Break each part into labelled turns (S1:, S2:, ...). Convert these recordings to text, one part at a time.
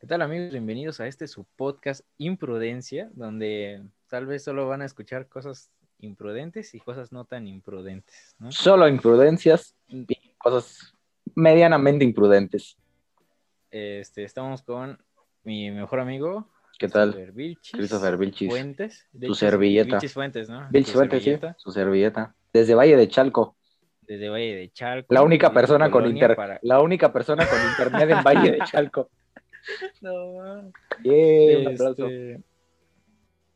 S1: ¿Qué tal amigos? Bienvenidos a este su podcast Imprudencia, donde tal vez solo van a escuchar cosas imprudentes y cosas no tan imprudentes, ¿no?
S2: Solo imprudencias y cosas medianamente imprudentes.
S1: Este, estamos con mi mejor amigo.
S2: ¿Qué tal?
S1: Christopher Vilchis
S2: Christopher Vilchis.
S1: Fuentes. De
S2: Tu
S1: hecho, es
S2: servilleta.
S1: Vilchis Fuentes, ¿no?
S2: Bill
S1: Tu
S2: Chivete, sí,
S1: servilleta,
S2: su servilleta. Desde Valle de Chalco,
S1: Desde Valle de Charco.
S2: la única persona con
S1: Colonia
S2: inter-
S1: para-
S2: la única persona con internet en Valle de Chalco.
S1: No, man.
S2: Yay, un aplauso.
S1: Este,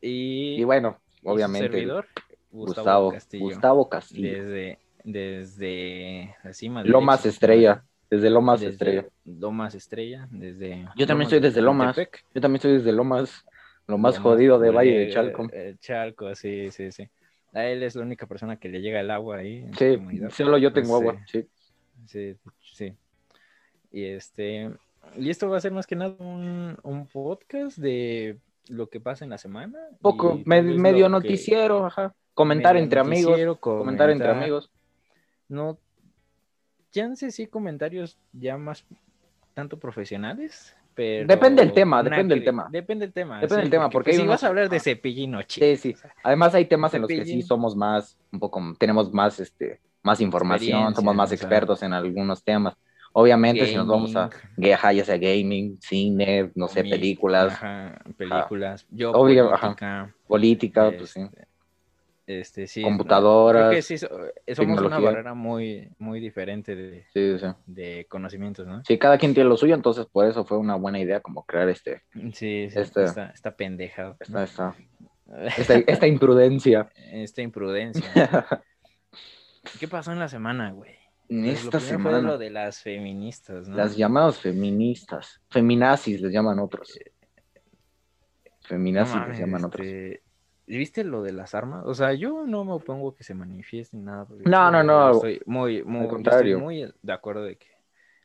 S1: Y,
S2: Y bueno,
S1: y su
S2: obviamente
S1: servidor, Gustavo,
S2: Gustavo
S1: Castillo.
S2: Gustavo Castillo.
S1: Desde, desde la cima. del
S2: Lomas
S1: éxito,
S2: Estrella, desde Lomas
S1: desde
S2: Estrella.
S1: Lomas Estrella, desde.
S2: Yo también
S1: Lomas
S2: soy
S1: de
S2: desde Lomas.
S1: Chapultepec.
S2: Yo también soy desde Lomas, lo más jodido de Valle de Chalco.
S1: Eh, eh, Chalco, sí, sí, sí. A él es la única persona que le llega el agua ahí. en su
S2: Sí,
S1: comunidad.
S2: solo yo
S1: Pues,
S2: tengo agua. Sí.
S1: Sí, sí. Y este. Y esto va a ser más que nada un, un podcast de lo que pasa en la semana.
S2: Poco,
S1: y
S2: me-
S1: tal vez
S2: medio
S1: lo que-
S2: noticiero, ajá. Comentar
S1: medio
S2: entre amigos,
S1: noticiero,
S2: comentar entre amigos.
S1: no chance sí comentarios ya más tanto profesionales, pero
S2: Depende el tema,
S1: una
S2: depende el
S1: cri-
S2: tema.
S1: Depende el tema.
S2: Depende el tema, porque hay
S1: si
S2: unos-
S1: vas a hablar de cepillino, chico,
S2: Sí, sí. Además hay temas en los que
S1: Cepillín.
S2: sí somos más, un poco, tenemos más, este, más información,
S1: Experiencia,
S2: somos más
S1: o sea.
S2: expertos en algunos temas. Obviamente si nos vamos a,
S1: gaming,
S2: ajá, ya sea gaming, cine, no sé,
S1: cómics,
S2: películas,
S1: ajá, películas, yo
S2: Obvio, ajá.
S1: política,
S2: política, pues sí,
S1: este sí, creo
S2: computadoras,
S1: que sí, so- eh, somos una
S2: tecnología.
S1: barrera muy muy diferente de,
S2: sí, sí.
S1: de conocimientos, ¿no?
S2: Sí, cada quien tiene lo suyo, entonces por eso fue una buena idea como crear este,
S1: Sí, sí,
S2: Este-
S1: está está pendejado.
S2: esta, esta, esta, esta imprudencia.
S1: esta imprudencia. ¿Qué pasó en la semana, güey?
S2: En
S1: Pues lo
S2: esta
S1: primero fue
S2: semana,
S1: lo de las feministas, ¿no?
S2: las llamadas feministas, feminazis les llaman otros.
S1: Eh, No
S2: Feminazis
S1: mames,
S2: les llaman otros.
S1: este, ¿Viste lo de las armas? O sea, yo no me opongo a que se manifiesten nada. porque
S2: No, no,
S1: yo
S2: no.
S1: Estoy muy, muy, yo estoy
S2: contrario.
S1: muy de acuerdo de que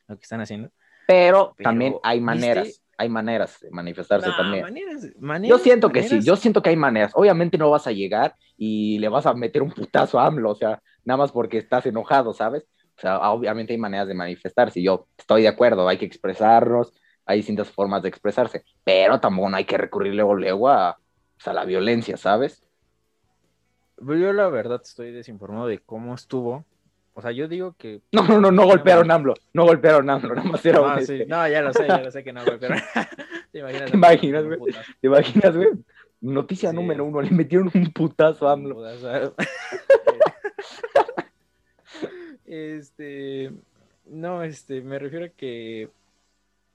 S1: lo que están haciendo.
S2: Pero,
S1: Pero,
S2: también hay
S1: ¿viste?
S2: maneras, hay maneras de manifestarse
S1: Nah,
S2: también.
S1: maneras- maneras-
S2: Yo siento que sí,
S1: maneras-
S2: yo siento que hay maneras. Obviamente no vas a llegar y le vas a meter un putazo a AMLO, o sea, nada más porque estás enojado, ¿sabes? O sea, obviamente hay maneras de manifestarse. y Yo estoy de acuerdo, hay que expresarnos, hay distintas formas de expresarse, pero tampoco no hay que recurrir luego, luego a, pues, a la violencia, ¿sabes?
S1: Pero pues, yo la verdad estoy desinformado de cómo estuvo. O sea, yo digo que...
S2: No, no, no, no golpearon a AMLO, no golpearon a AMLO, nada más era un...
S1: Ah, sí.
S2: este,
S1: No, ya lo sé, ya lo sé que no, güey, pero... ¿Te imaginas?
S2: ¿Te imaginas, güey?
S1: Putas.
S2: ¿Te imaginas, güey? Noticia
S1: Sí.
S2: número uno, le metieron un putazo a AMLO.
S1: Bodas, ah. eh, este, no, este, me refiero a que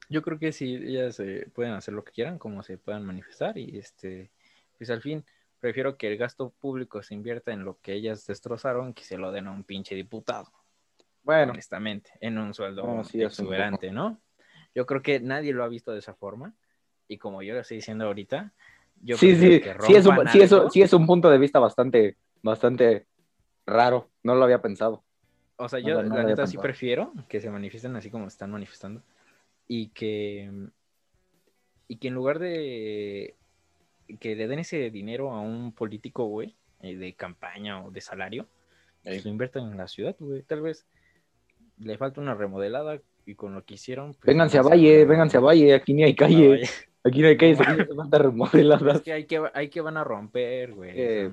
S1: yo creo que sí, ellas eh, pueden hacer lo que quieran, como se puedan manifestar y este, pues al fin prefiero que el gasto público se invierta en lo que ellas destrozaron que se lo den a un pinche diputado,
S2: Bueno,
S1: honestamente, en un sueldo
S2: Bueno, sí, es un poco.
S1: exuberante, ¿no? Yo creo que nadie lo ha visto de esa forma y como yo lo estoy diciendo ahorita, yo
S2: sí,
S1: prefiero que
S2: sí, sí es, un,
S1: rompan
S2: sí, es un-
S1: algo.
S2: sí es un punto de vista bastante, bastante raro. No lo había pensado.
S1: O sea,
S2: No
S1: yo
S2: lo- no lo
S1: la
S2: había
S1: neta sí
S2: pensado.
S1: prefiero que se manifiesten así como están manifestando. Y que. mm, Y que en lugar de. Que le den ese dinero a un político, güey, eh, de campaña o de salario, pues lo inviertan en la ciudad, güey. Tal vez le falta una remodelada y con lo que hicieron. pues,
S2: Vénganse a
S1: no
S2: Valle,
S1: sé,
S2: vénganse a
S1: no,
S2: Valle, aquí ni hay
S1: no,
S2: calle,
S1: Valle.
S2: aquí no hay calles, aquí se van a remodeladas.
S1: Es que hay que, hay que van a romper, güey.
S2: Eh.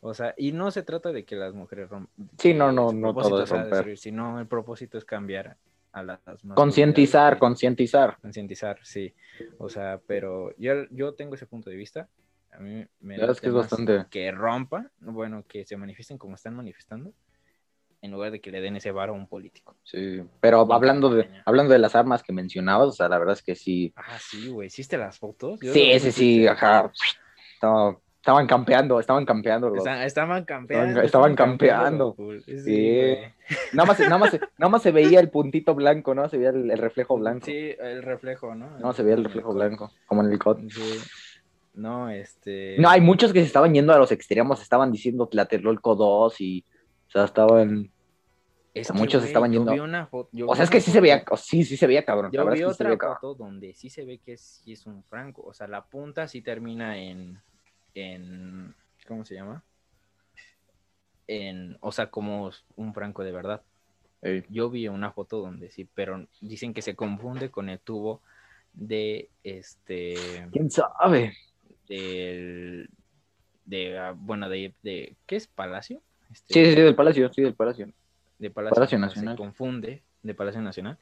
S1: o sea, O sea, y no se trata de que las mujeres rompan.
S2: Sí, no, no,
S1: su
S2: no
S1: propósito
S2: todo es
S1: sea
S2: romper.
S1: destruir, sino el propósito es cambiar a las masculinidades,
S2: Concientizar,
S1: güey.
S2: concientizar.
S1: concientizar, sí. O sea, pero yo, yo tengo ese punto de vista. A mí me
S2: La verdad es que es
S1: late más
S2: bastante.
S1: que rompa, bueno, que se manifiesten como están manifestando, en lugar de que le den ese varo a un político.
S2: Sí. Pero hablando de, hablando de las armas que mencionabas, o sea, la verdad es que sí.
S1: Ah, sí, güey, ¿hiciste las fotos? Yo
S2: Sí,
S1: creo
S2: sí,
S1: que
S2: sí,
S1: hiciste.
S2: ajá. No, estaban campeando, estaban campeando. los-
S1: Esta- estaban campeando.
S2: Estaban- estaban campeando.
S1: cool. Sí,
S2: Sí.
S1: güey.
S2: Nada, más, nada, más, nada más se veía el puntito blanco, ¿no? Se veía el, el reflejo blanco.
S1: Sí, el reflejo, ¿no?
S2: No, se veía el reflejo blanco, como en el COD.
S1: Sí. No, este...
S2: No, hay muchos que se estaban yendo a los extremos, estaban diciendo Tlatelolco 2 y. O sea, estaban.
S1: Es
S2: o sea, muchos estaban
S1: yo
S2: yendo-
S1: vi una foto- yo
S2: O
S1: vi
S2: sea, es que
S1: una
S2: sí
S1: foto-
S2: se veía. o sí, sí se veía, cabrón. La
S1: Yo
S2: verdad
S1: vi
S2: es que sí se
S1: otra
S2: veía, cabrón.
S1: foto donde sí se ve que sí es un franco. O sea, la punta sí termina en. en ¿Cómo se llama? En, o sea, como un franco de verdad.
S2: Ey.
S1: Yo vi una foto donde sí, pero dicen que se confunde con el tubo de este
S2: ¿Quién sabe?
S1: del de ah, bueno de, de- qué es Palacio Este,
S2: Sí, sí, sí, del Palacio, sí, del Palacio.
S1: de Palacio,
S2: Palacio
S1: no,
S2: Nacional.
S1: se confunde de Palacio Nacional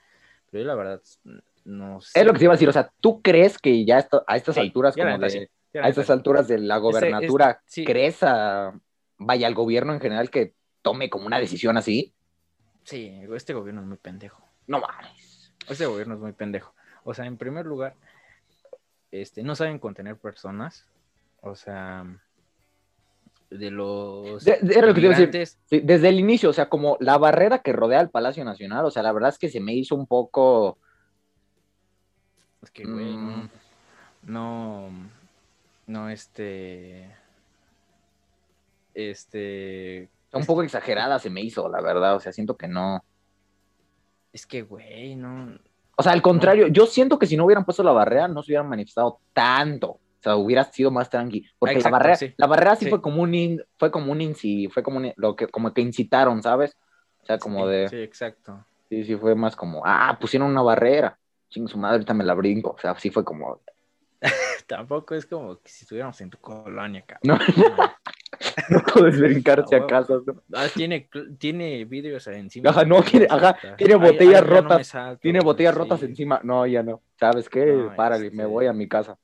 S1: pero yo la verdad mm, no sé
S2: Es lo que te iba a decir, o sea, ¿tú crees que ya esto- a estas
S1: Sí,
S2: alturas,
S1: ya la
S2: como
S1: neta,
S2: de-
S1: sí, ya la
S2: a
S1: neta,
S2: estas
S1: sí.
S2: alturas de la gobernatura,
S1: sí.
S2: crees a, vaya, al gobierno en general que tome como una decisión así?
S1: sí este gobierno es muy pendejo
S2: No mames.
S1: este gobierno es muy pendejo o sea en primer lugar este no saben contener personas o sea de los
S2: De- de- era lo que te iba a decir.
S1: migrantes,
S2: Sí, desde el inicio, o sea, como la barrera que rodea al Palacio Nacional, o sea, la verdad es que se me hizo un poco...
S1: Es que, güey,
S2: Mm.
S1: no, no. No, este. Este.
S2: Un poco exagerada se me hizo, la verdad, o sea, siento que no.
S1: Es que, güey, no.
S2: O sea, al contrario, yo siento que si no hubieran puesto la barrera, no se hubieran manifestado tanto. O sea, hubiera sido más tranqui. Porque
S1: exacto,
S2: la barrera,
S1: sí.
S2: la barrera sí,
S1: Sí.
S2: fue como un in- fue como un inci, fue como un- lo que como que incitaron, ¿sabes? O sea, como
S1: sí,
S2: de
S1: Sí, exacto.
S2: sí, sí fue más como, ah, pusieron una barrera. Ching su madre, ahorita me la brinco. O sea, sí fue como
S1: Tampoco es como que si estuviéramos en tu colonia,
S2: No.
S1: cabrón. No.
S2: no puedes brincarse
S1: Ah,
S2: a
S1: huevo.
S2: casa. ¿no?
S1: Ah, tiene, cl- tiene vidrios encima.
S2: Ajá, no, tiene- ajá,
S1: Salta.
S2: tiene
S1: Ay, ay,
S2: botellas
S1: ya no me
S2: rotas,
S1: salto,
S2: Tiene
S1: güey,
S2: botellas
S1: sí.
S2: rotas encima. No, ya no. ¿Sabes qué?
S1: No,
S2: Párale,
S1: este-
S2: me voy a mi casa.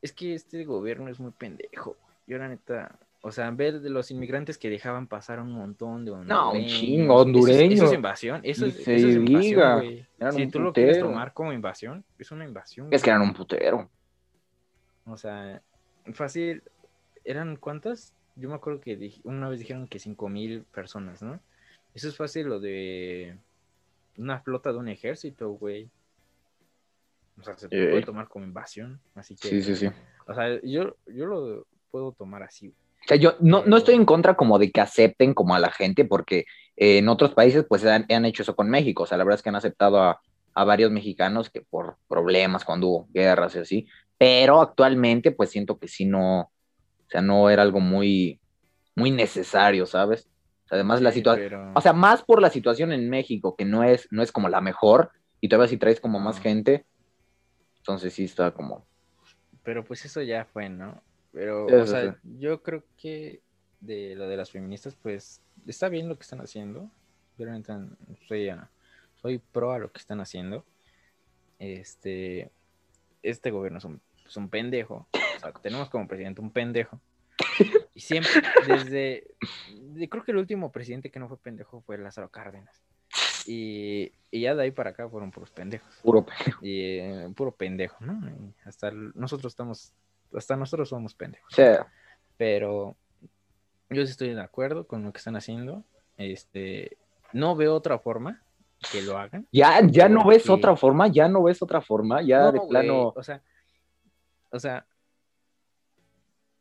S1: Es que este gobierno es muy pendejo. güey. Yo, la neta. O sea, ver de los inmigrantes que dejaban pasar un montón de hondureños.
S2: No, un chingo,
S1: Eso es- Eso es,
S2: hondureños.
S1: invasión. Eso
S2: Ni
S1: es,
S2: se
S1: eso es invasión,
S2: diga.
S1: güey.
S2: Eran
S1: Si
S2: un
S1: tú lo quieres
S2: putero.
S1: tomar como invasión, es una invasión.
S2: Es que
S1: güey.
S2: eran un putero.
S1: O sea, fácil. ¿Eran cuántas? Yo me acuerdo que dij- una vez dijeron que cinco mil personas, ¿no? Eso es fácil lo de una flota de un ejército, güey. O sea, se
S2: Eh.
S1: puede tomar como invasión. Así que,
S2: Sí, sí, sí.
S1: o sea, yo, yo lo puedo tomar así,
S2: O sea, yo no, no estoy en contra como de que acepten como a la gente, porque eh, en otros países pues han, han hecho eso con México. O sea, la verdad es que han aceptado a, a varios mexicanos que por problemas cuando hubo guerras y así. Pero actualmente pues siento que sí no, o sea, no era algo muy, muy necesario, ¿sabes? O sea, además la
S1: Sí,
S2: situación,
S1: pero-
S2: o sea, más por la situación en México, que no es, no es como la mejor, y todavía si traes como más
S1: Ah.
S2: gente, entonces sí está como...
S1: pero pues eso ya fue, ¿no? Pero,
S2: Sí,
S1: o
S2: sí,
S1: sea, yo creo que de lo de las feministas, pues está bien lo que están haciendo. Yo la neta, soy, a- soy pro a lo que están haciendo. Este, este gobierno es un, es un pendejo. O sea, tenemos como presidente un pendejo. Y siempre, desde, de- creo que el último presidente que no fue pendejo fue Lázaro Cárdenas. Y, y ya de ahí para acá fueron puros pendejos
S2: Puro...
S1: y eh, puro pendejo, ¿no? Y hasta el- nosotros estamos, hasta nosotros somos pendejos.
S2: O sea,
S1: Pero yo sí estoy de acuerdo con lo que están haciendo. Este, no veo otra forma que lo hagan.
S2: Ya, ya no ves
S1: Porque-
S2: otra forma, ya no ves otra forma, ya
S1: No,
S2: de
S1: güey,
S2: plano.
S1: O sea, o sea,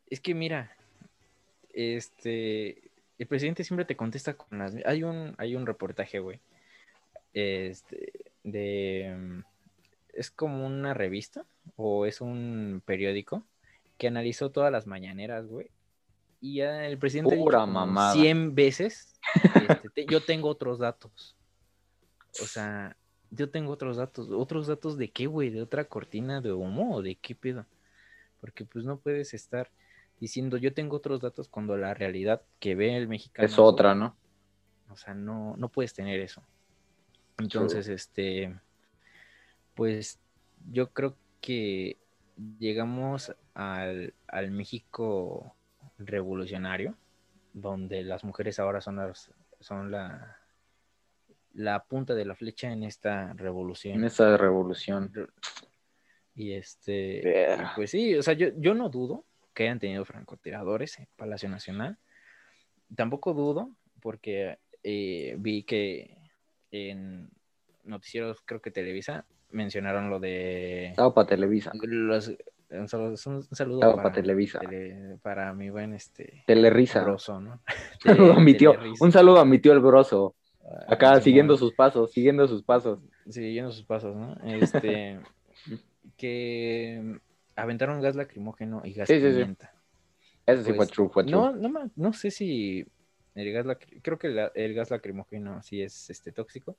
S1: es que mira, este, el presidente siempre te contesta con las. Hay un, hay un reportaje, güey, este, de, mm, es como una revista o es un periódico que analizó todas las mañaneras, güey. Y ya el presidente ha dicho
S2: Pura
S1: como
S2: mamada.
S1: 100 veces, este, te- yo tengo otros datos. O sea, yo tengo otros datos. ¿Otros datos de qué, güey? ¿De otra cortina de humo o de qué pedo? Porque pues no puedes estar diciendo yo tengo otros datos cuando la realidad que ve el mexicano
S2: es otra, ¿no?
S1: o sea, no, no puedes tener eso. Entonces, este, pues yo creo que llegamos al, al México revolucionario, donde las mujeres ahora son, las, son la, la punta de la flecha en esta revolución.
S2: En esa revolución.
S1: Y este,
S2: Verga.
S1: pues sí, o sea, yo, yo no dudo que hayan tenido francotiradores en Palacio Nacional. Tampoco dudo, porque eh, vi que en noticieros, creo que Televisa, mencionaron lo de...
S2: Estaba para Televisa.
S1: Los, un saludo, un saludo
S2: Estaba para
S1: para,
S2: Televisa.
S1: Tele- para mi buen este...
S2: Telerisa.
S1: Broso, ¿no?
S2: Un saludo a mi tío.
S1: Telerisa.
S2: Un saludo a mi tío el Broso.
S1: Ah,
S2: Acá
S1: Simón.
S2: siguiendo sus pasos, siguiendo sus pasos.
S1: siguiendo sus pasos, ¿no? Este, que aventaron gas lacrimógeno y gas
S2: Sí, sí, sí.
S1: pimienta.
S2: Eso sí
S1: Pues,
S2: fue true, fue true.
S1: No, no, ma- no sé si el gas lac- creo que la- el gas lacrimógeno sí es este tóxico.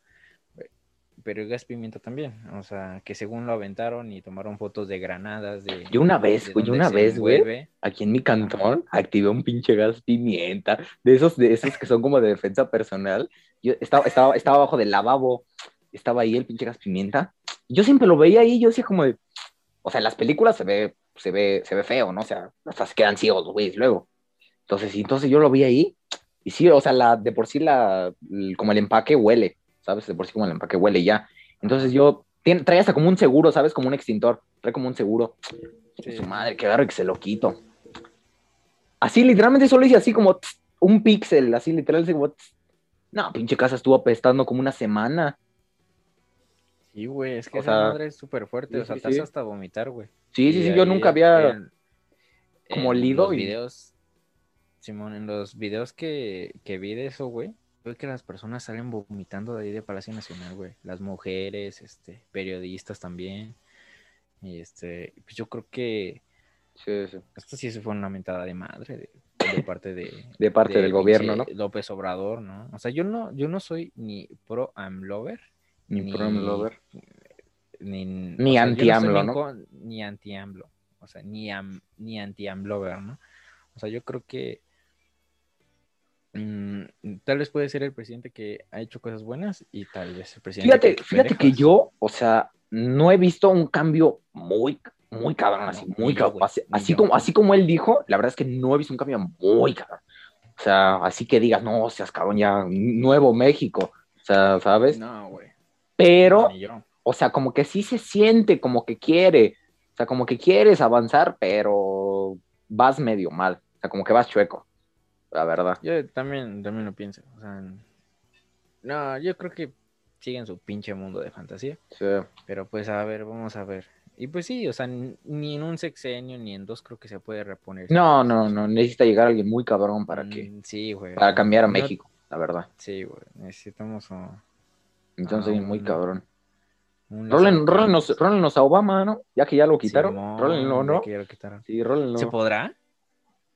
S1: pero el gas pimienta también. O sea, que según lo aventaron y tomaron fotos de granadas. De,
S2: Yo una vez,
S1: de
S2: güey,
S1: dónde
S2: una
S1: se
S2: vez, güey.
S1: envuelve.
S2: Aquí en mi cantón activé un pinche gas pimienta, de esos, de esos que son como de defensa personal. Yo estaba, estaba, estaba abajo del lavabo, estaba ahí el pinche gas pimienta. Yo siempre lo veía ahí, yo decía como de, o sea, en las películas se ve, se ve, se ve feo, ¿no? O sea, hasta se quedan ciegos los güeyes luego. Entonces, y entonces yo lo vi ahí, y sí, o sea, la, de por sí la, el- como el empaque huele, ¿sabes? De por sí como el empaque huele ya. Entonces yo, tien- trae hasta como un seguro, ¿sabes? Como un extintor, trae como un seguro.
S1: Sí.
S2: Su madre, que agarro y que se lo quito. Así, literalmente solo hice así como tss, un píxel, así literal, así como. tss. No, pinche casa estuvo apestando como una semana.
S1: Sí, güey, es que
S2: O
S1: esa
S2: sea,
S1: madre es súper fuerte.
S2: sí,
S1: O sea,
S2: sí,
S1: te hace
S2: sí.
S1: hasta vomitar, güey.
S2: Sí, sí,
S1: Y
S2: sí, yo
S1: ahí este,
S2: nunca había.
S1: en-
S2: como
S1: en
S2: olido
S1: los
S2: y-
S1: videos, Simón, en los videos que, que vi de eso, güey, veo que las personas salen vomitando de ahí de Palacio Nacional, güey. Las mujeres, este, periodistas también. Y este, pues yo creo que
S2: Sí, sí.
S1: esto sí fue una mentada de madre de, de parte de,
S2: De parte
S1: de
S2: del gobierno, ¿no?
S1: pinche López Obrador, ¿no? O sea, yo no, yo no soy ni pro AMLover,
S2: Ni
S1: ni-
S2: prom lover.
S1: ni, o sea, yo
S2: Ni
S1: no soy
S2: anti-AMLO,
S1: ni
S2: ¿no?
S1: con- Ni anti-AMLO, o sea, ni, am- ni anti-AMLover, ¿no? O sea, yo creo que mm, tal vez puede ser el presidente que ha hecho cosas buenas y tal vez el presidente
S2: Fíjate,
S1: ha hecho
S2: fíjate que
S1: pendejadas.
S2: yo, o sea, no he visto un cambio muy, muy cabrón, así,
S1: No,
S2: muy
S1: ni yo,
S2: cabrón.
S1: güey,
S2: Así,
S1: ni
S2: así
S1: yo.
S2: como, así como él dijo, la verdad es que no he visto un cambio muy cabrón. O sea, así que digas, no, seas cabrón, ya, Nuevo México. O sea, ¿sabes?
S1: No, güey.
S2: Pero
S1: ni yo.
S2: o sea, como que sí se siente, como que quiere, o sea, como que quieres avanzar, pero vas medio mal, o sea, como que vas chueco, la verdad.
S1: Yo también, también lo pienso. O sea, no, yo creo que siguen su pinche mundo de fantasía.
S2: Sí,
S1: Pero pues a ver, vamos a ver. Y pues sí, o sea, n- ni en un sexenio ni en dos creo que se puede reponer.
S2: No, no, no, necesita llegar alguien muy cabrón para
S1: Mm,
S2: que,
S1: Sí, güey.
S2: para cambiar a
S1: No-
S2: México, la verdad.
S1: Sí, güey. Necesitamos a
S2: Entonces,
S1: Ah,
S2: alguien muy
S1: un-
S2: cabrón.
S1: un
S2: Rólen,
S1: Lázaro
S2: rólenos,
S1: Cárdenas.
S2: rólenos a Obama, ¿no? Ya que ya lo quitaron,
S1: Simón,
S2: rólenlo,
S1: ya
S2: ¿no?
S1: que ya lo quitaron.
S2: Sí, rólenlo.
S1: ¿Se podrá?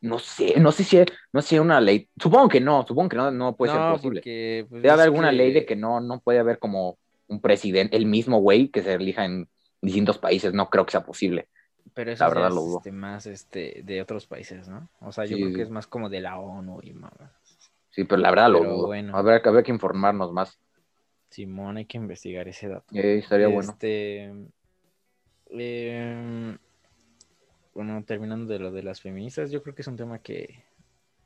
S2: No sé, no sé si es, no sé si es una ley, supongo que no, supongo que no, no puede ser
S1: no,
S2: posible.
S1: porque... pues,
S2: Debe haber
S1: es
S2: alguna ley de que no, no puede haber como un presidente, el mismo güey que se elija en distintos países. No creo que sea posible.
S1: Pero eso
S2: la
S1: ya
S2: verdad
S1: es,
S2: lo dudo.
S1: este, más este, de otros países, ¿no? O sea, yo
S2: Sí,
S1: creo que
S2: sí.
S1: es más como de la ONU y mamá.
S2: Sí, pero la verdad lo
S1: Pero
S2: dudo.
S1: bueno.
S2: Habrá, que- habrá que informarnos más.
S1: Simón, hay que investigar ese dato.
S2: Eh, estaría bueno.
S1: Este, em, bueno, terminando de lo de las feministas, yo creo que es un tema que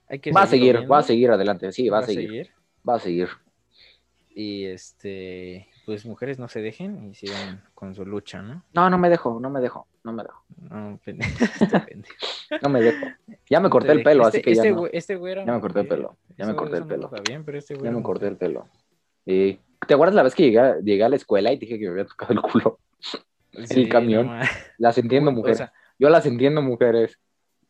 S1: hay que
S2: Va a seguir,
S1: viendo,
S2: va a seguir adelante. Sí, va, a seguir, va a seguir.
S1: Y este, pues mujeres no se dejen y sigan con su lucha, ¿no?
S2: No, no me dejo, no me dejo, no me dejo,
S1: No, pende- este pendejo.
S2: no me dejo. Ya me
S1: No
S2: corté
S1: te
S2: el
S1: dejes.
S2: pelo,
S1: Este-
S2: así que
S1: este
S2: ya, no.
S1: güey- este güey era
S2: Ya me corté el
S1: mujer.
S2: pelo, ya me
S1: Eso-
S2: corté
S1: eso
S2: el
S1: no
S2: pelo.
S1: toca bien, pero este güey
S2: ya
S1: era
S2: me corté
S1: mujer.
S2: el pelo. Y, ¿Te acuerdas la vez que llegué, llegué a la escuela y dije que me había tocado el culo?
S1: Sí, no
S2: camión.
S1: mames.
S2: Las entiendo,
S1: O
S2: mujeres.
S1: sea,
S2: Yo las entiendo, mujeres.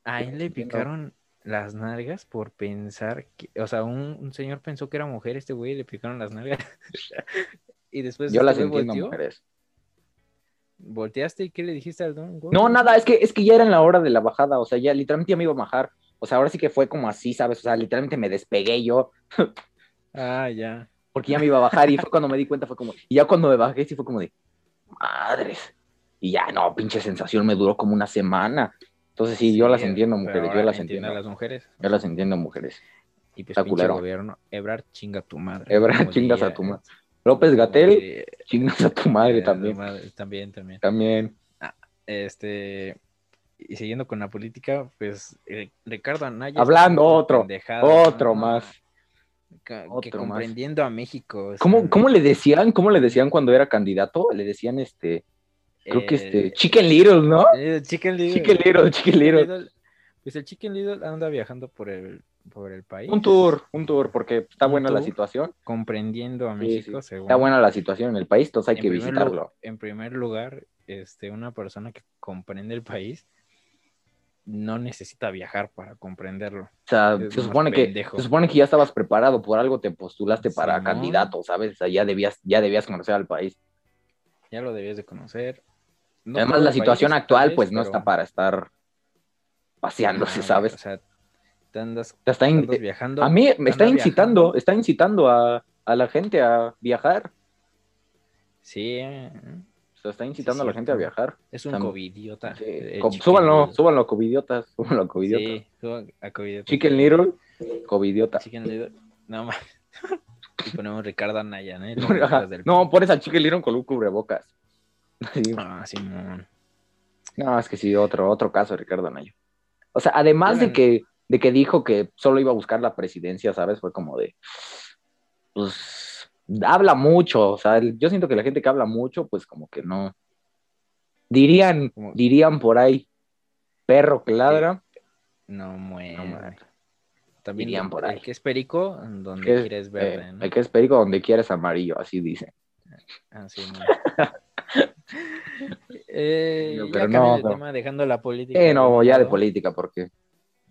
S1: A él le
S2: Entiendo.
S1: picaron las nalgas por pensar que, o sea, un, un señor pensó que era mujer este güey y le picaron las nalgas. y después
S2: Yo
S1: este
S2: las
S1: güey
S2: entiendo,
S1: volteó,
S2: mujeres.
S1: volteaste y ¿qué le dijiste al don? güey?
S2: No, nada, es que, es que ya era en la hora de la bajada, o sea, ya literalmente ya me iba a bajar. O sea, ahora sí que fue como así, ¿sabes? O sea, literalmente me despegué yo
S1: Ah, ya.
S2: porque ya me iba a bajar y fue cuando me di cuenta, fue como, y ya cuando me bajé, sí fue como de, madres. Y ya, no, pinche sensación, me duró como una semana. Entonces sí, yo las entiendo,
S1: pero
S2: mujeres, yo
S1: ahora
S2: las
S1: entiende
S2: entiendo.
S1: a las mujeres.
S2: Yo las entiendo, mujeres.
S1: Y pues
S2: Está
S1: pinche
S2: culero.
S1: gobierno, Ebrard chinga tu madre.
S2: Ebrard,
S1: como
S2: chingas
S1: diría-
S2: a tu madre. López
S1: como
S2: Gatel,
S1: diría-
S2: chingas a tu madre
S1: eh, tu
S2: también.
S1: madre, también, también.
S2: También.
S1: Este, y siguiendo con la política, pues eh, Ricardo Anaya.
S2: Hablando
S1: está
S2: otro,
S1: pendejada,
S2: Otro
S1: ¿no?
S2: más.
S1: Ca- que
S2: Otro más.
S1: comprendiendo a México. o
S2: ¿Cómo,
S1: sea,
S2: ¿Cómo le decían? ¿Cómo le decían cuando era candidato? Le decían este, creo que
S1: eh,
S2: este, Chicken Little, ¿no?
S1: eh, Chicken Little.
S2: Chicken Little, Chicken Little.
S1: Little. Pues el Chicken Little anda viajando por el, por el país.
S2: Un tour, un tour, porque está
S1: Un
S2: buena la
S1: tour.
S2: situación.
S1: Comprendiendo a
S2: Sí,
S1: México, según.
S2: Está buena la situación en el país, entonces hay
S1: En
S2: que
S1: primer
S2: visitarlo.
S1: lu- en primer lugar, este, una persona que comprende el país no necesita viajar para comprenderlo.
S2: O sea,
S1: Es
S2: se
S1: más
S2: supone, que,
S1: pendejo.
S2: se supone que ya estabas preparado, por algo te postulaste para
S1: Simón.
S2: candidato, ¿sabes? O sea, ya debías, ya debías conocer al país.
S1: Ya lo debías de conocer. No
S2: Además,
S1: todo
S2: la
S1: el
S2: situación
S1: país,
S2: actual,
S1: tal vez,
S2: pues no
S1: pero-
S2: está para estar paseándose,
S1: No,
S2: ¿sabes?
S1: O sea, te andas,
S2: Te está in-
S1: andas viajando.
S2: a mí me está
S1: anda
S2: incitando, está incitando a, a la gente a viajar.
S1: Sí, eh,
S2: Se está incitando
S1: Sí,
S2: a la gente a
S1: cierto.
S2: viajar.
S1: es un
S2: Tam-
S1: covidiota. eh,
S2: Co-
S1: Chicken
S2: súbanlo,
S1: Little.
S2: súbanlo, covidiotas. Súbanlo, covidiotas.
S1: Sí, pues, suban a covidiota.
S2: Chicken Little, covidiota.
S1: Chicken Little. No más. Y ponemos Ricardo Anaya, ¿no?
S2: Ajá. No, pones al Chicken Little con un cubrebocas. Sí.
S1: Ah, Simón.
S2: No, es que sí, otro, otro caso, Ricardo Anaya. O sea, además de
S1: Eran-
S2: que, de que dijo que solo iba a buscar la presidencia, ¿sabes? Fue como de. Pues. Habla mucho. O sea, el- yo siento que la gente que habla mucho, pues como que no. Dirían,
S1: Como-
S2: dirían por ahí, perro que ladra.
S1: No
S2: No,
S1: muere.
S2: man.
S1: También
S2: Dirían por ahí.
S1: el que es perico, donde
S2: Que es,
S1: quieres
S2: Eh,
S1: verde, ¿no?
S2: el que es perico donde quieres amarillo, así dice.
S1: Ah, sí, no. Eh,
S2: No,
S1: ya
S2: pero
S1: cambié
S2: no,
S1: de
S2: no.
S1: tema, dejando la política.
S2: Eh, no, ya de
S1: lado.
S2: política, porque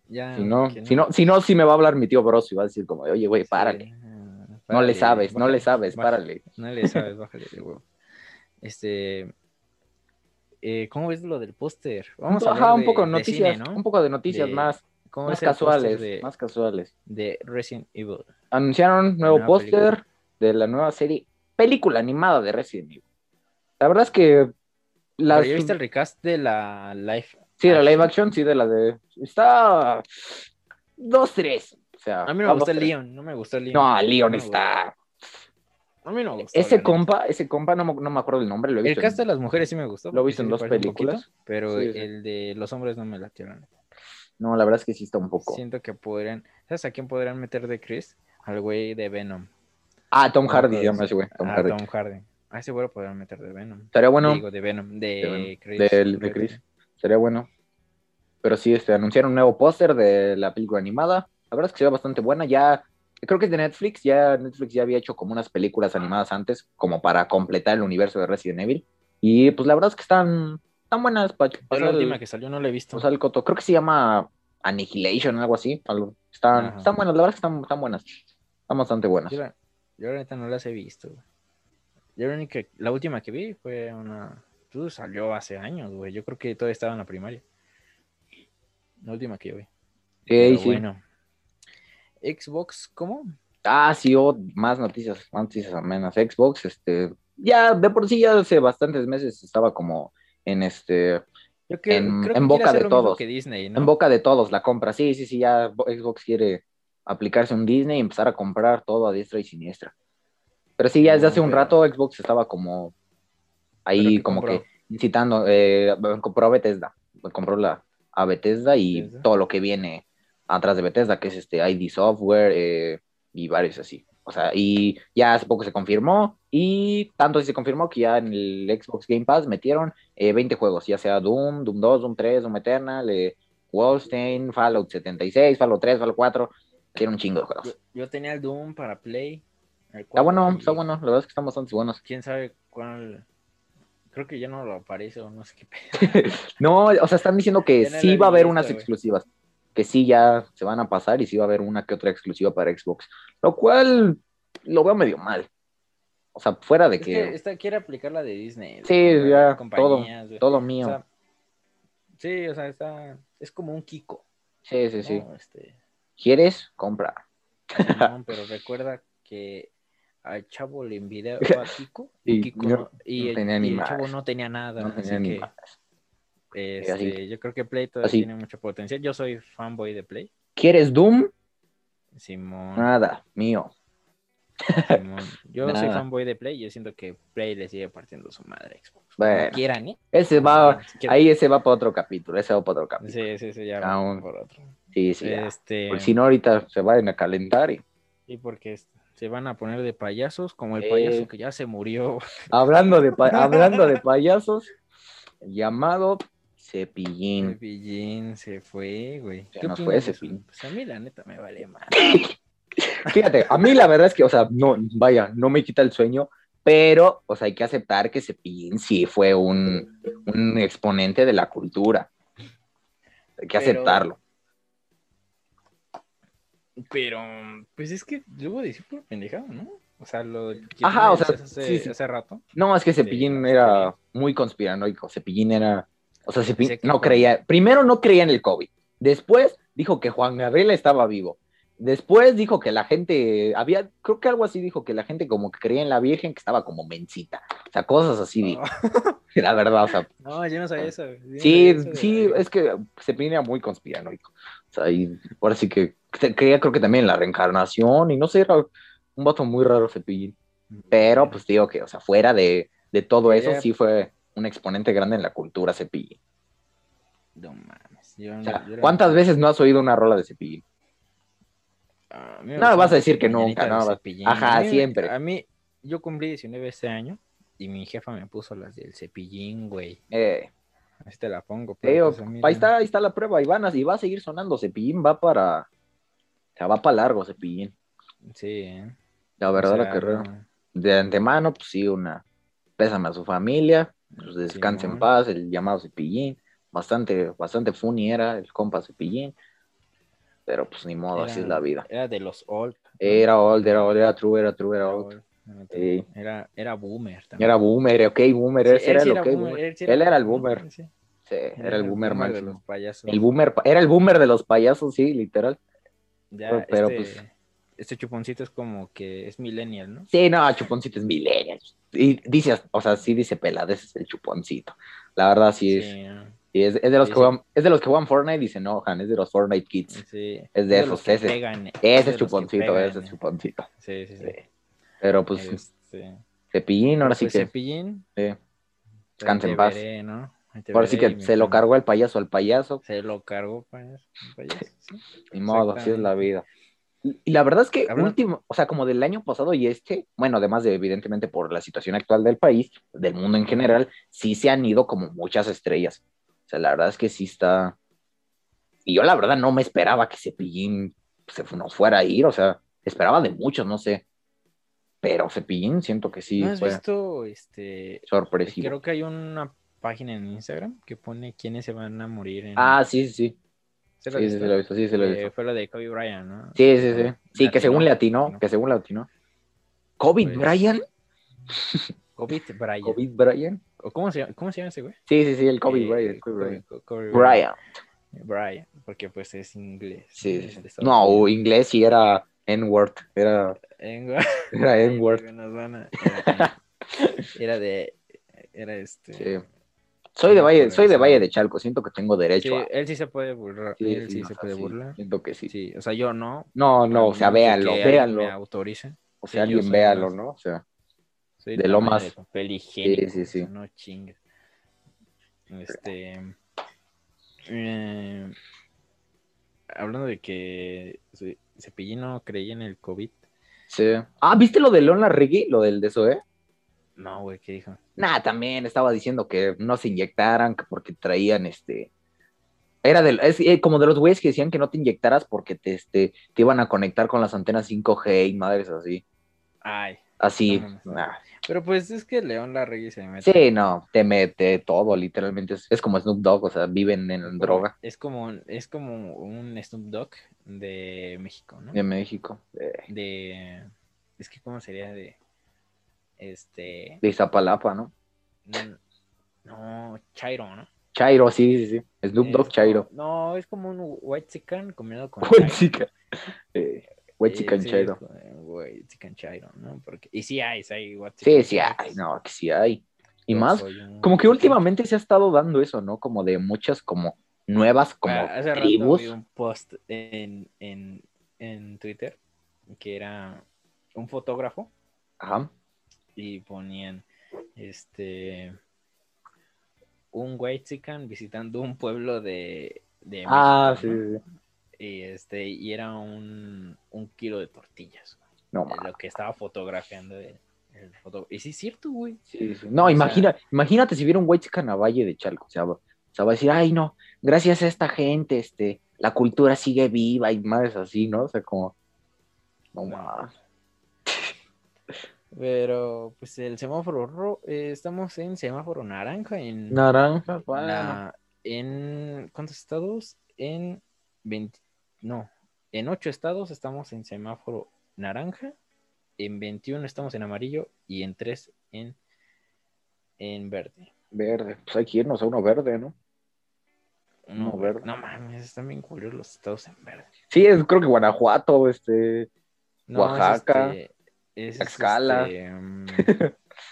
S1: Ya,
S2: si no,
S1: Ah, que
S2: si no, si no, sí me va a hablar mi tío Bros y va a decir como, de, oye, güey,
S1: Sí,
S2: párale.
S1: ah,
S2: No le
S1: párale,
S2: sabes, no
S1: baja-
S2: le sabes,
S1: baja-
S2: párale.
S1: No le sabes, bájale de huevo. Este. eh, ¿Cómo ves lo del póster? Vamos a
S2: Ajá,
S1: hablar
S2: un
S1: de-
S2: poco de
S1: de
S2: noticias,
S1: cine, ¿no?
S2: un poco de noticias
S1: De-
S2: más,
S1: ¿Cómo
S2: más
S1: ves el póster
S2: casuales,
S1: de,
S2: más casuales.
S1: de Resident Evil?
S2: Anunciaron nuevo
S1: Nueva película.
S2: póster de la nueva serie, película animada de Resident Evil. La verdad es que la,
S1: Pero ya viste el recast de la live.
S2: sí, la live action, sí, de la de está dos tres. O sea,
S1: A mí no me
S2: vamos
S1: gustó el
S2: tres.
S1: Leon, no me gustó el Leon.
S2: Ah, No, Leon
S1: No me
S2: está.
S1: A mí no me gustó. la
S2: Ese
S1: neta.
S2: compa, ese compa, no, me- no me acuerdo el nombre, lo he
S1: El
S2: visto. en-
S1: cast de las mujeres sí me gustó.
S2: Lo he visto
S1: porque sí
S2: en dos
S1: se parece un
S2: películas.
S1: poquito, pero
S2: Sí, sí.
S1: el de los hombres no me latió. la neta.
S2: No, la verdad es que sí está un poco.
S1: Siento que podrían. ¿Sabes a quién podrían meter de Chris? Al güey de Venom.
S2: Ah, Tom
S1: No,
S2: Hardy,
S1: pero-
S2: se llama ese güey. Tom
S1: a
S2: Hardy.
S1: Tom Hardy. A ese güey lo podrían meter de Venom.
S2: Estaría bueno.
S1: Digo, de Venom. De,
S2: de Venom,
S1: Chris.
S2: del- de Chris. Sería bueno. Pero sí, este, anunciaron un nuevo póster de la película animada. La verdad es que se ve bastante buena. Ya, creo que es de Netflix. Ya Netflix ya había hecho como unas películas animadas antes, como para completar el universo de Resident Evil. Y pues la verdad es que están, están buenas para
S1: Es la última que salió, no la he visto.
S2: el coto. Creo que se llama Annihilation, algo así. algo. Están,
S1: Ajá.
S2: están buenas, la verdad es que están, están buenas. Están bastante buenas.
S1: yo, la, yo la neta no las he visto. güey. Yo la, única, la última que vi fue una. Tú salió hace años, güey. Yo creo que todavía estaba en la primaria. La última que yo vi.
S2: Sí,
S1: Pero
S2: sí.
S1: bueno. Xbox, ¿cómo?
S2: Ah, sí, o más noticias, más noticias amenas. Xbox, este, ya de por sí ya hace bastantes meses estaba como en este,
S1: Yo que-
S2: En-
S1: creo que quiere
S2: en boca
S1: hacer
S2: de
S1: lo mismo
S2: todos.
S1: que Disney, ¿no?
S2: en boca de todos la compra. Sí, sí, sí, ya Bo- Xbox quiere aplicarse un Disney y empezar a comprar todo a diestra y siniestra. Pero sí, ya desde
S1: No,
S2: hace un
S1: pero-
S2: rato Xbox estaba como
S1: Pero
S2: ahí
S1: que
S2: como
S1: compró.
S2: que incitando, eh, compró a Bethesda, compró la, a Bethesda y
S1: Bethesda.
S2: todo lo que viene atrás de Bethesda, que es este ID Software eh, y varios así. O sea, y ya hace poco se confirmó y tanto así se confirmó que ya en el Xbox Game Pass metieron eh, 20 juegos, ya sea Doom, Doom 2, Doom 3, Doom Eternal, eh, Wolfenstein, Fallout 76, Fallout 3, Fallout 4, tiene un chingo
S1: Yo,
S2: de juegos.
S1: yo tenía el Doom para Play. el
S2: Está
S1: cuatro,
S2: bueno,
S1: y
S2: está bueno, la verdad es que están bastante buenos.
S1: Quién sabe cuál. Creo que ya no lo aparece o no sé qué pedo.
S2: No, o sea, están diciendo que
S1: Ya no
S2: sí
S1: la
S2: va a haber
S1: lista,
S2: unas
S1: güey.
S2: exclusivas. Que sí ya se van a pasar y sí va a haber una que otra exclusiva para Xbox. Lo cual lo veo medio mal. O sea, fuera de
S1: Es
S2: que,
S1: que esta quiere aplicar la de Disney.
S2: Sí,
S1: güey,
S2: ya,
S1: las compañías, güey.
S2: todo
S1: O
S2: mío.
S1: sea, sí, o sea, está. Es como un Kiko.
S2: sí, sí,
S1: ¿no?
S2: sí.
S1: Este,
S2: ¿Quieres? Compra.
S1: Simón, pero recuerda que al chavo le envidiaba a Kiko. Y,
S2: Y
S1: Kiko
S2: no-
S1: no- y
S2: no
S1: el,
S2: tenía
S1: y
S2: ni
S1: el
S2: madres.
S1: chavo no tenía nada.
S2: No
S1: así
S2: tenía ni
S1: que,
S2: madres.
S1: este,
S2: así.
S1: yo creo que Play todavía
S2: Así.
S1: tiene mucho potencial. Yo soy fanboy de Play.
S2: ¿Quieres Doom?
S1: Simón.
S2: Nada, mío.
S1: Simón. Yo soy
S2: Nada.
S1: fanboy de Play y yo siento que Play le sigue partiendo su madre a Xbox. Como
S2: Bueno.
S1: quieran, ¿eh?
S2: Ese va,
S1: Quieran.
S2: ahí ese va para otro capítulo, ese va para otro capítulo.
S1: Sí, sí, sí, ya
S2: Ah,
S1: vamos
S2: un-
S1: por otro.
S2: Sí, sí. ya.
S1: Este,
S2: Porque si no, ahorita se van a calentar y
S1: Y porque es- se van a poner de payasos, como el
S2: Eh.
S1: payaso que ya se murió.
S2: Hablando de, pa- hablando de payasos, el llamado Cepillín.
S1: Cepillín se fue, güey.
S2: Ya
S1: ¿Qué
S2: no
S1: opinas
S2: fue
S1: de
S2: Cepillín.
S1: eso? Pues a mí la neta me vale más.
S2: Fíjate, a mí la verdad es que, o sea, no, vaya, no me quita el sueño, pero, o sea, hay que aceptar que Cepillín sí fue un, un exponente de la cultura. Hay
S1: Pero-
S2: que aceptarlo.
S1: Pero, pues es que debo decir por pendejado, ¿no? O sea, lo que
S2: Ajá,
S1: tú
S2: o sea,
S1: decías hace,
S2: sí, sí.
S1: hace rato.
S2: No, es que
S1: Sí,
S2: Cepillín
S1: sí.
S2: era muy conspiranoico. Cepillín era, o sea, Cepillín
S1: Decía que
S2: no
S1: Juan-
S2: creía, primero no creía en el COVID, después dijo que Juan Gabriel estaba vivo, Después dijo que la gente, había, creo que algo así dijo, que la gente como que creía en la Virgen, que estaba como mencita. O sea, cosas así
S1: Ah.
S2: dijo. La verdad, o sea,
S1: No, yo no sabía eso. yo no
S2: Ah.
S1: sabía
S2: sí,
S1: eso de
S2: sí,
S1: la-
S2: es que se pide muy conspiranoico. O sea, y ahora sí que te- creía, creo que también en la reencarnación, y no sé, era un vato muy raro Cepillín. Pero pues digo que, o sea, fuera de, de todo
S1: Sí,
S2: eso,
S1: ya.
S2: sí fue un exponente grande en la cultura Cepillín.
S1: No mames. yo
S2: O
S1: no-
S2: sea,
S1: yo no-
S2: ¿cuántas veces no has oído una rola de Cepillín?
S1: Ah, A mí me
S2: No,
S1: gustaba
S2: vas a decir que
S1: Mañanita
S2: nunca,
S1: de
S2: no, vas-
S1: Cepillín.
S2: ajá,
S1: A mí me-
S2: siempre.
S1: A mí, yo cumplí 19 este año y mi jefa me puso las del cepillín, güey.
S2: Eh,
S1: Ahí te la pongo.
S2: te digo,
S1: pues, a mí
S2: ahí
S1: no-
S2: está, ahí está la prueba, y van a- y va a seguir sonando Cepillín, va para, o sea, va para largo Cepillín.
S1: Sí, ¿eh?
S2: La verdad,
S1: O
S2: la
S1: sea,
S2: carrera.
S1: no.
S2: de antemano, pues sí, una pésame a su familia, pues, descanse en
S1: Simón.
S2: paz, el llamado Cepillín, bastante, bastante funny era el compa Cepillín, pero pues ni modo, así
S1: Era-
S2: es la vida.
S1: Era de los old.
S2: Era old, era old, era true, era true, era
S1: Era,
S2: old.
S1: old.
S2: Sí.
S1: Era- era boomer también.
S2: Era boomer, ok, boomer,
S1: Sí,
S2: ese era
S1: sí
S2: el ok boomer.
S1: sí
S2: Él era el boomer.
S1: Sí,
S2: Sí, era el boomer
S1: de
S2: máximo.
S1: los payasos.
S2: El boomer, pa- era el boomer de los payasos, sí, literal.
S1: Ya,
S2: pero,
S1: este,
S2: pues-
S1: este chuponcito es como que es millennial, ¿no?
S2: Sí, no, Chuponcito es millennial. Y dice, o sea, sí dice pelades, es el Chuponcito. La verdad, sí, es.
S1: ¿no?
S2: Y es, es de los
S1: Sí,
S2: que
S1: sí.
S2: juegan, es de los que juegan Fortnite y se enojan, es de los Fortnite Kids.
S1: Sí.
S2: Es de esos,
S1: los que
S2: ese.
S1: pegan, eh. Es
S2: Ese
S1: de
S2: es
S1: los que
S2: chuponcito,
S1: pegan,
S2: ese
S1: eh.
S2: es chuponcito.
S1: Sí, sí, sí.
S2: Sí. Pero pues
S1: Este,
S2: Cepillín, ahora
S1: pues,
S2: sí que
S1: Cepillín,
S2: eh,
S1: ahí
S2: Descansa
S1: te
S2: en paz.
S1: veré, ¿no? Ahí te
S2: ahora sí
S1: veré
S2: que
S1: y
S2: se
S1: mi
S2: lo
S1: pan-
S2: cargó el payaso al payaso,
S1: Se lo cargó, payaso, payaso, sí.
S2: ni modo, así es la
S1: Exactamente.
S2: vida. Y y la verdad es que
S1: Cabrón.
S2: último, o sea, como del año pasado y este, bueno, además de evidentemente por la situación actual del país, del mundo en general, sí se han ido como muchas estrellas. O sea, la verdad es que sí está. Y yo la verdad no me esperaba que Cepillín se fu- nos fuera a ir, o sea, esperaba de muchos, no sé. Pero Cepillín siento que sí
S1: ¿No has
S2: fue
S1: visto este?
S2: sorpresivo.
S1: Creo que hay una página en Instagram que pone quiénes se van a morir en.
S2: Ah, sí, sí, sí.
S1: ¿Se lo
S2: Sí,
S1: has
S2: sí,
S1: visto?
S2: sí, lo he visto, sí, sí, lo he
S1: Eh,
S2: visto.
S1: fue lo de Kobe Bryant, ¿no?
S2: Sí, sí, sí. Sí, que
S1: Latino,
S2: según le atinó,
S1: latino.
S2: que según le atinó. ¿Covid
S1: Pues-
S2: Brian?
S1: Kobe Bryant.
S2: ¿Covid Brian?
S1: ¿O ¿Cómo se llama, cómo se llama ese güey?
S2: Sí, sí, sí, el Kobe
S1: Eh,
S2: Bryant. el Kobe Bryant.
S1: Co- Kobe Bryant.
S2: Brian.
S1: Bryant, porque pues es inglés.
S2: Sí,
S1: es de
S2: sí, sí.
S1: Estados
S2: No,
S1: Unidos.
S2: inglés sí era N-word. Era,
S1: En-
S2: era N-word.
S1: Nos van a- era- Era de. Era este.
S2: Sí. Soy de
S1: Sí,
S2: Valle,
S1: por
S2: soy de
S1: eso.
S2: Valle de Chalco, siento que tengo
S1: Sí,
S2: derecho a.
S1: él sí se puede burlar.
S2: ah. Sí,
S1: él sí,
S2: o
S1: se
S2: sea,
S1: puede
S2: sí,
S1: burlar.
S2: Siento que sí.
S1: Sí, o sea, yo no.
S2: No,
S1: a
S2: no, o sea,
S1: menos de
S2: véanlo,
S1: que alguien Me
S2: véanlo.
S1: autorice.
S2: O
S1: sí,
S2: sea,
S1: yo
S2: alguien
S1: soy
S2: véanlo,
S1: más-
S2: ¿no? O sea,
S1: Soy
S2: De
S1: tamaño
S2: lo más-
S1: de papel higiénico. pues,
S2: sí, sí.
S1: No chingues. Este. eh, hablando de que se- Cepillín no creía en el COVID.
S2: sí. Ah, ¿viste lo de Leona Riggi? Lo del de ¿eh? Zoe.
S1: No, güey, ¿qué dijo?
S2: Nah, también estaba diciendo que no se inyectaran que porque traían este. Era de, es eh, como de los güeyes que decían que no te inyectaras porque te, este, te iban a conectar con las antenas 5G y madres así.
S1: Ay.
S2: Así.
S1: No mames.
S2: nah.
S1: Pero pues es que León Larregui se mete.
S2: Sí, no, te mete todo, literalmente. Es, es como Snoop Dogg, o sea, viven en
S1: Como-
S2: droga
S1: Es como, es como un Snoop Dogg de México, ¿no?
S2: de México, eh, de,
S1: De. Es que, ¿cómo sería? De. Este.
S2: de Iztapalapa, ¿no?
S1: mm, No, Chairo, ¿no?
S2: Chairo, sí, sí, sí. Snoop
S1: Es
S2: Dogg,
S1: como-
S2: Chairo.
S1: No, es como un White Chicken combinado con.
S2: Güey,
S1: Chairo.
S2: chica. Eh, güey,
S1: Eh,
S2: chica,
S1: sí, es
S2: Chairo.
S1: como, eh, White Chicken Chairo, ¿no? Porque... Y sí hay, sí hay White
S2: Sí,
S1: Chicken
S2: sí,
S1: Chairo,
S2: hay,
S1: pues,
S2: no, que sí hay. Y
S1: yo
S2: más,
S1: soy un-
S2: Como que últimamente se ha estado dando eso, ¿no? Como de muchas como nuevas como
S1: Ah, hace rato
S2: tribus.
S1: vi un post en, en, en Twitter que era un fotógrafo
S2: Ajá.
S1: y ponían este un white chican visitando un pueblo de, de
S2: Ah, sí,
S1: México, ¿no?
S2: sí, sí.
S1: y este y era un, un kilo de tortillas güey,
S2: No,
S1: de
S2: ma.
S1: lo que estaba fotografiando el, el foto- y sí es cierto güey
S2: Sí, sí. No,
S1: O
S2: imagina, imagínate si viera un güey chica a Valle de Chalco. O sea, va, o sea, va a decir, ay, no, gracias a esta gente, este, la cultura sigue viva y más así, ¿no? O sea, como. No, ma.
S1: pero pues el semáforo ro- eh, estamos en semáforo naranja en
S2: Naranja, bueno.
S1: La- en ¿cuántos estados? En 20, no, en 8 estados estamos en semáforo naranja, en 21 estamos en amarillo y en 3 en, en verde.
S2: Verde. Pues hay que irnos a uno verde, ¿no?
S1: No,
S2: No, verde.
S1: no mames, están bien culeros los estados en verde.
S2: Sí, es, creo que Guanajuato, este.
S1: No,
S2: Oaxaca,
S1: Es este, es,
S2: Tlaxcala.
S1: este, mm,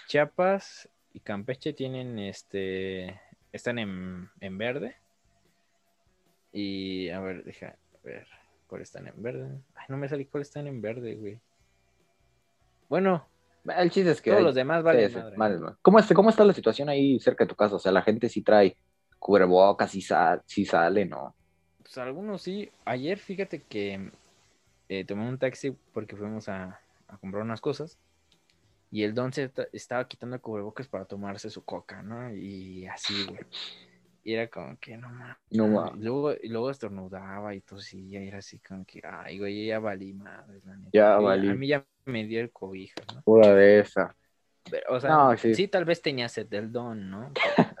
S1: Chiapas y Campeche tienen este. Están en, en verde. Y a ver, deja ver. ¿Cuál están en verde? Ay, no me salí cuál están en verde, güey. Bueno,
S2: El chiste es que.
S1: todos
S2: hay-
S1: los demás valen
S2: sí, sí,
S1: madre.
S2: vale, madre. ¿Cómo, es- ¿Cómo está la situación ahí cerca de tu casa? O sea, la gente sí trae cubrebocas, sí, sa- sí sale, ¿no?
S1: Pues algunos sí. Ayer fíjate que eh, tomé un taxi porque fuimos a, a comprar unas cosas y el don se ta- estaba quitando el cubrebocas para tomarse su coca, ¿no? Y así, güey. Y era como que no mames.
S2: No
S1: Y
S2: mames.
S1: Luego, y luego estornudaba y tosía y era así como que, ay, güey, ya valí madre, la neta.
S2: Ya
S1: Y
S2: valí.
S1: A mí ya me dio el cobijo, ¿no?
S2: Pura de esa.
S1: Pero, o sea,
S2: No,
S1: sí.
S2: sí.
S1: tal vez tenía sed del don,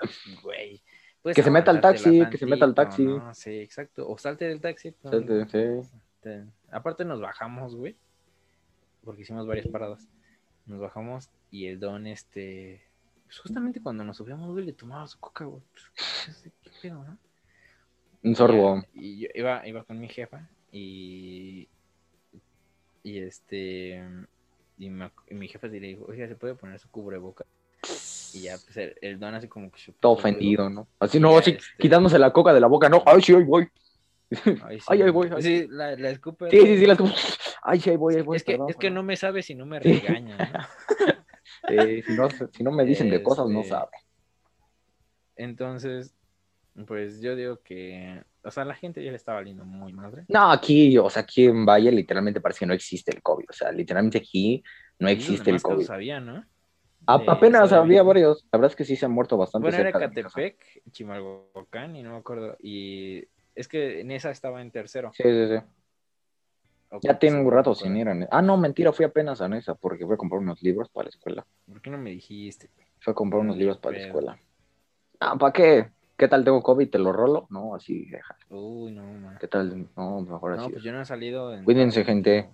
S1: ¿no? Güey. pues,
S2: Que se meta al
S1: aguántátela
S2: taxi, que se meta al taxi.
S1: tantito, ¿no? Sí, exacto. O salte del taxi. ¿no?
S2: Salte, sí.
S1: Te- Aparte nos bajamos, güey. Porque hicimos varias paradas. Nos bajamos y el don, este... pues, justamente cuando nos subíamos, güey, le tomaba su coca, güey. Pues, ¿Qué pedo, no?
S2: Un sorbo.
S1: Y yo iba, iba con mi jefa y. Y este. Y, me ac- y mi jefa sí le dijo, oiga, ¿se puede poner su cubreboca? Y ya, pues el, el don así como que se
S2: Todo
S1: puso, güey.
S2: ofendido, ¿no? Así no, así
S1: Este-
S2: quitándose la coca de la boca, no. Ay, sí, ahí voy.
S1: Ay, sí,
S2: Ay, ay, voy, ay.
S1: Sí, la, la escupe.
S2: Sí, sí, sí, las como. Ay, sí, ahí voy, ahí voy.
S1: es que,
S2: perdón,
S1: es que no
S2: perdón.
S1: me sabe si no me
S2: Sí.
S1: regaña. ¿no?
S2: Eh, si, no si no me dicen de cosas, no
S1: Este-
S2: saben.
S1: Entonces, pues yo digo que. O sea, la gente ya le está valiendo muy madre.
S2: No, aquí, o sea, aquí en Valle literalmente parece que no existe el COVID. O sea, literalmente aquí no
S1: Y los
S2: existe el
S1: demás casos
S2: COVID.
S1: Sabía, ¿no?
S2: A-
S1: de
S2: apenas
S1: Sodavía.
S2: había varios. La verdad es que sí se han muerto bastante.
S1: Bueno, era
S2: cerca de mi casa.
S1: Catepec, Chimalhuacán y no me acuerdo. Y es que en esa estaba en tercero.
S2: Sí, sí, sí.
S1: O
S2: Ya tiene un
S1: cuarto,
S2: rato
S1: no me
S2: sin
S1: acuerdo.
S2: ir a Nesa. Ah, no, mentira, fui apenas a Nesa porque fui a comprar unos libros para la escuela.
S1: ¿Por qué no me dijiste?
S2: Fui a comprar unos libros para la
S1: Pero-
S2: escuela. Ah, ¿para qué? ¿Qué tal tengo COVID? ¿Te lo rolo? No, así, deja.
S1: Uy, no, man.
S2: ¿Qué tal? No, este, mejor así.
S1: No, pues yo no he salido. en-
S2: Cuídense, gente.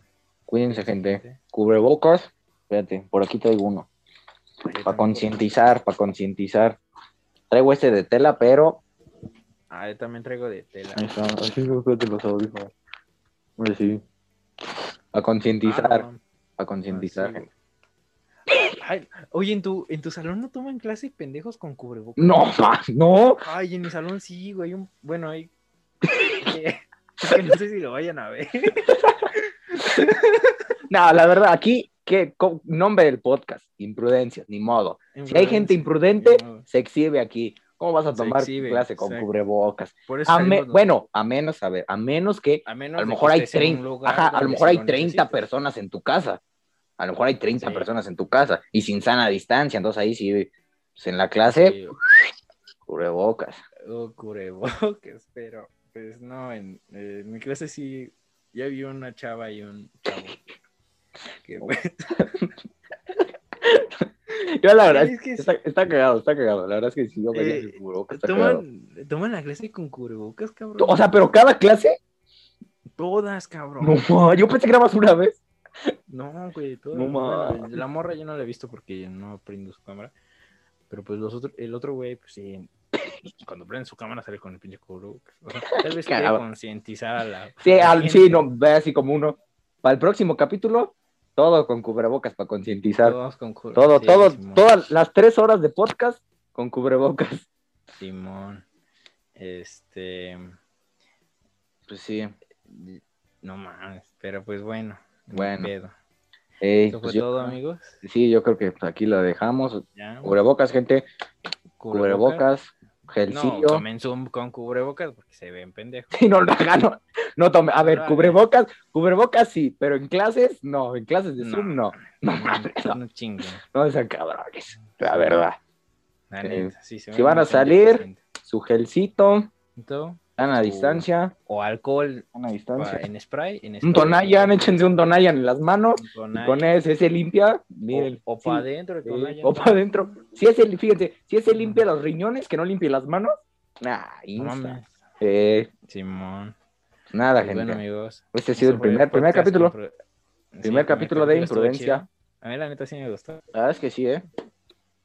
S2: Cuídense, gente. Cubrebocas. Fíjate, por aquí traigo uno. Para concientizar, para concientizar. Traigo este de tela, pero.
S1: Ah, yo también traigo de tela.
S2: Ahí está, Así se fue de los audífonos. Ahí sí. A
S1: Ah,
S2: concientizar,
S1: no,
S2: a concientizar.
S1: así, güey. Ay, oye, ¿en tu, ¿en tu salón no toman clase pendejos con cubrebocas?
S2: No, más, no.
S1: Ay, en mi salón sí, güey. un- Bueno, ahí. Es que no sé si lo vayan a ver.
S2: No, la verdad, aquí, ¿qué co- nombre del podcast? Imprudencias, ni modo. Si hay gente imprudente,
S1: ni modo.
S2: se exhibe aquí. ¿Cómo vas a
S1: Se
S2: tomar
S1: exhibe,
S2: clase con
S1: exacto. Pues
S2: cubrebocas?
S1: Por eso
S2: A me-
S1: salimos nosotros.
S2: bueno, a menos, a ver, a menos que
S1: A, menos
S2: a lo
S1: de que
S2: mejor hay
S1: estés en un
S2: 30,
S1: lugar
S2: ajá, a lo
S1: donde
S2: mejor
S1: se
S2: hay
S1: lo
S2: 30
S1: necesites.
S2: personas en tu casa. A lo mejor hay 30
S1: Sí.
S2: personas en tu casa y sin sana distancia, entonces ahí sí, pues, en la clase,
S1: Sí,
S2: cubrebocas.
S1: o cubrebocas, pero pues no, en, eh, en mi clase sí, ya vi una chava y un chavo. Que, güey,
S2: Yo la verdad,
S1: Sí, es que
S2: está, está cagado, está cagado. La verdad es que si yo veía
S1: Eh,
S2: sin cubrebocas, está cagado.
S1: toman, toman la clase con cubrebocas, cabrón.
S2: O sea, pero cada clase,
S1: todas, cabrón.
S2: no, ma, yo pensé que era más una vez.
S1: No, güey, todo.
S2: No
S1: bueno,
S2: mames.
S1: la morra yo no la he visto porque no prendo su cámara. Pero pues los otro, el otro güey, pues sí. Cuando prende su cámara sale con el pinche cubrebocas. O sea, tal vez quiera
S2: Cagado.
S1: concientizar a la.
S2: Sí, al,
S1: gente.
S2: sí, no, ve así como uno. Para el próximo capítulo, todo con cubrebocas para concientizar.
S1: Todos con cubre-
S2: Todo,
S1: sí,
S2: todo,
S1: Simón,
S2: todas las tres horas de podcast con cubrebocas.
S1: Simón. Este.
S2: Pues sí.
S1: No mames. Pero pues bueno. ni
S2: Bueno,
S1: pedo.
S2: Eh,
S1: Eso
S2: pues
S1: fue
S2: yo-
S1: todo, amigos.
S2: Sí, yo creo que pues, aquí lo dejamos.
S1: Ya.
S2: Cubrebocas, gente. Cubrebocas,
S1: No,
S2: gelcillo.
S1: tomen Zoom con cubrebocas porque se ven pendejos.
S2: Sí, no, no, no, no tome. A ver,
S1: Órale.
S2: cubrebocas, cubrebocas sí, pero en clases no, en clases de
S1: No.
S2: Zoom no. No mames, no,
S1: No chinguen.
S2: no sean cabrones. La verdad.
S1: La
S2: Sí.
S1: neta, sí, se
S2: Si
S1: ven
S2: van a
S1: muy pendejos,
S2: salir,
S1: gente.
S2: Su gelcito,
S1: Entonces,
S2: están a
S1: Su-
S2: distancia.
S1: O alcohol
S2: Están a
S1: pa-
S2: distancia.
S1: en spray. En
S2: Un
S1: spray,
S2: Tonayan, échense un Tonayan en las manos.
S1: un
S2: Y
S1: Tonayan,
S2: con ese, ese limpia, miren.
S1: O, para adentro.
S2: sí,
S1: Tonayan.
S2: o pa' adentro. Si ese, fíjense, si ese limpia los riñones, que no limpie las manos. Nah,
S1: No
S2: insta.
S1: mames.
S2: Eh,
S1: Simón.
S2: nada,
S1: Pues
S2: gente.
S1: bueno, amigos.
S2: este ha sido el
S1: Eso fue
S2: primer, primer
S1: podcast
S2: capítulo.
S1: impro- Sí,
S2: Primer capítulo de
S1: estuvo
S2: Imprudencia.
S1: chido. A mí la neta sí me gustó.
S2: La verdad es que sí, ¿eh?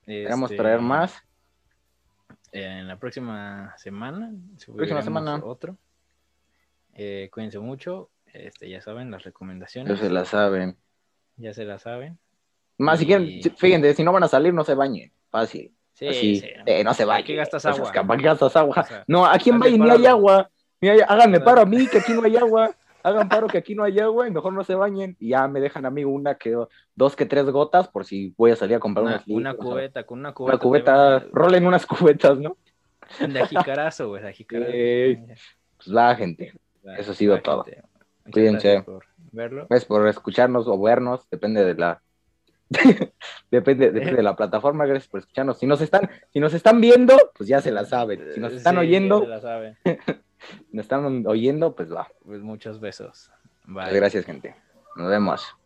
S2: Queremos
S1: Este,
S2: traer más.
S1: en la próxima semana.
S2: Próxima
S1: subiremos
S2: semana.
S1: Otro. Eh, cuídense mucho. Este, ya saben las
S2: No
S1: recomendaciones.
S2: se la saben.
S1: Ya se las saben.
S2: Más si quieren,
S1: Y-
S2: si- fíjense, si no van a salir, no se bañen. Fácil.
S1: Sí,
S2: así.
S1: sí.
S2: Eh, no se
S1: ¿Para
S2: bañen.
S1: qué gastas
S2: O sea,
S1: agua?
S2: ¿Para qué gastas agua?
S1: O sea,
S2: no, aquí en
S1: hazle
S2: Valle ni
S1: paro.
S2: hay agua. Ni hay- háganme
S1: Hazle-
S2: paro a mí, que aquí no hay agua. Hagan paro que aquí no hay agua y mejor no se bañen. Y ya me dejan a mí una que dos que tres gotas por si voy a salir a comprar
S1: Una,
S2: unas
S1: una
S2: libras, o sea,
S1: cubeta, con una cubeta.
S2: Una
S1: te
S2: cubeta,
S1: bañas.
S2: rolen unas cubetas, ¿no?
S1: De ajicarazo, güey, de ajicarazo.
S2: Ey. Pues la gente. Eso ha sido
S1: La
S2: todo.
S1: pues, gente, muchas
S2: Cuídense.
S1: gracias por verlo.
S2: Gracias por escucharnos o vernos, depende de la depende, depende de la plataforma, gracias por escucharnos. Si nos están, si nos están viendo, pues ya se la saben. Si nos están
S1: Eh, Sí, ya
S2: oyendo,
S1: se la saben.
S2: nos están oyendo, pues va.
S1: Pues muchos besos. Bye.
S2: Pues gracias, gente. Nos vemos.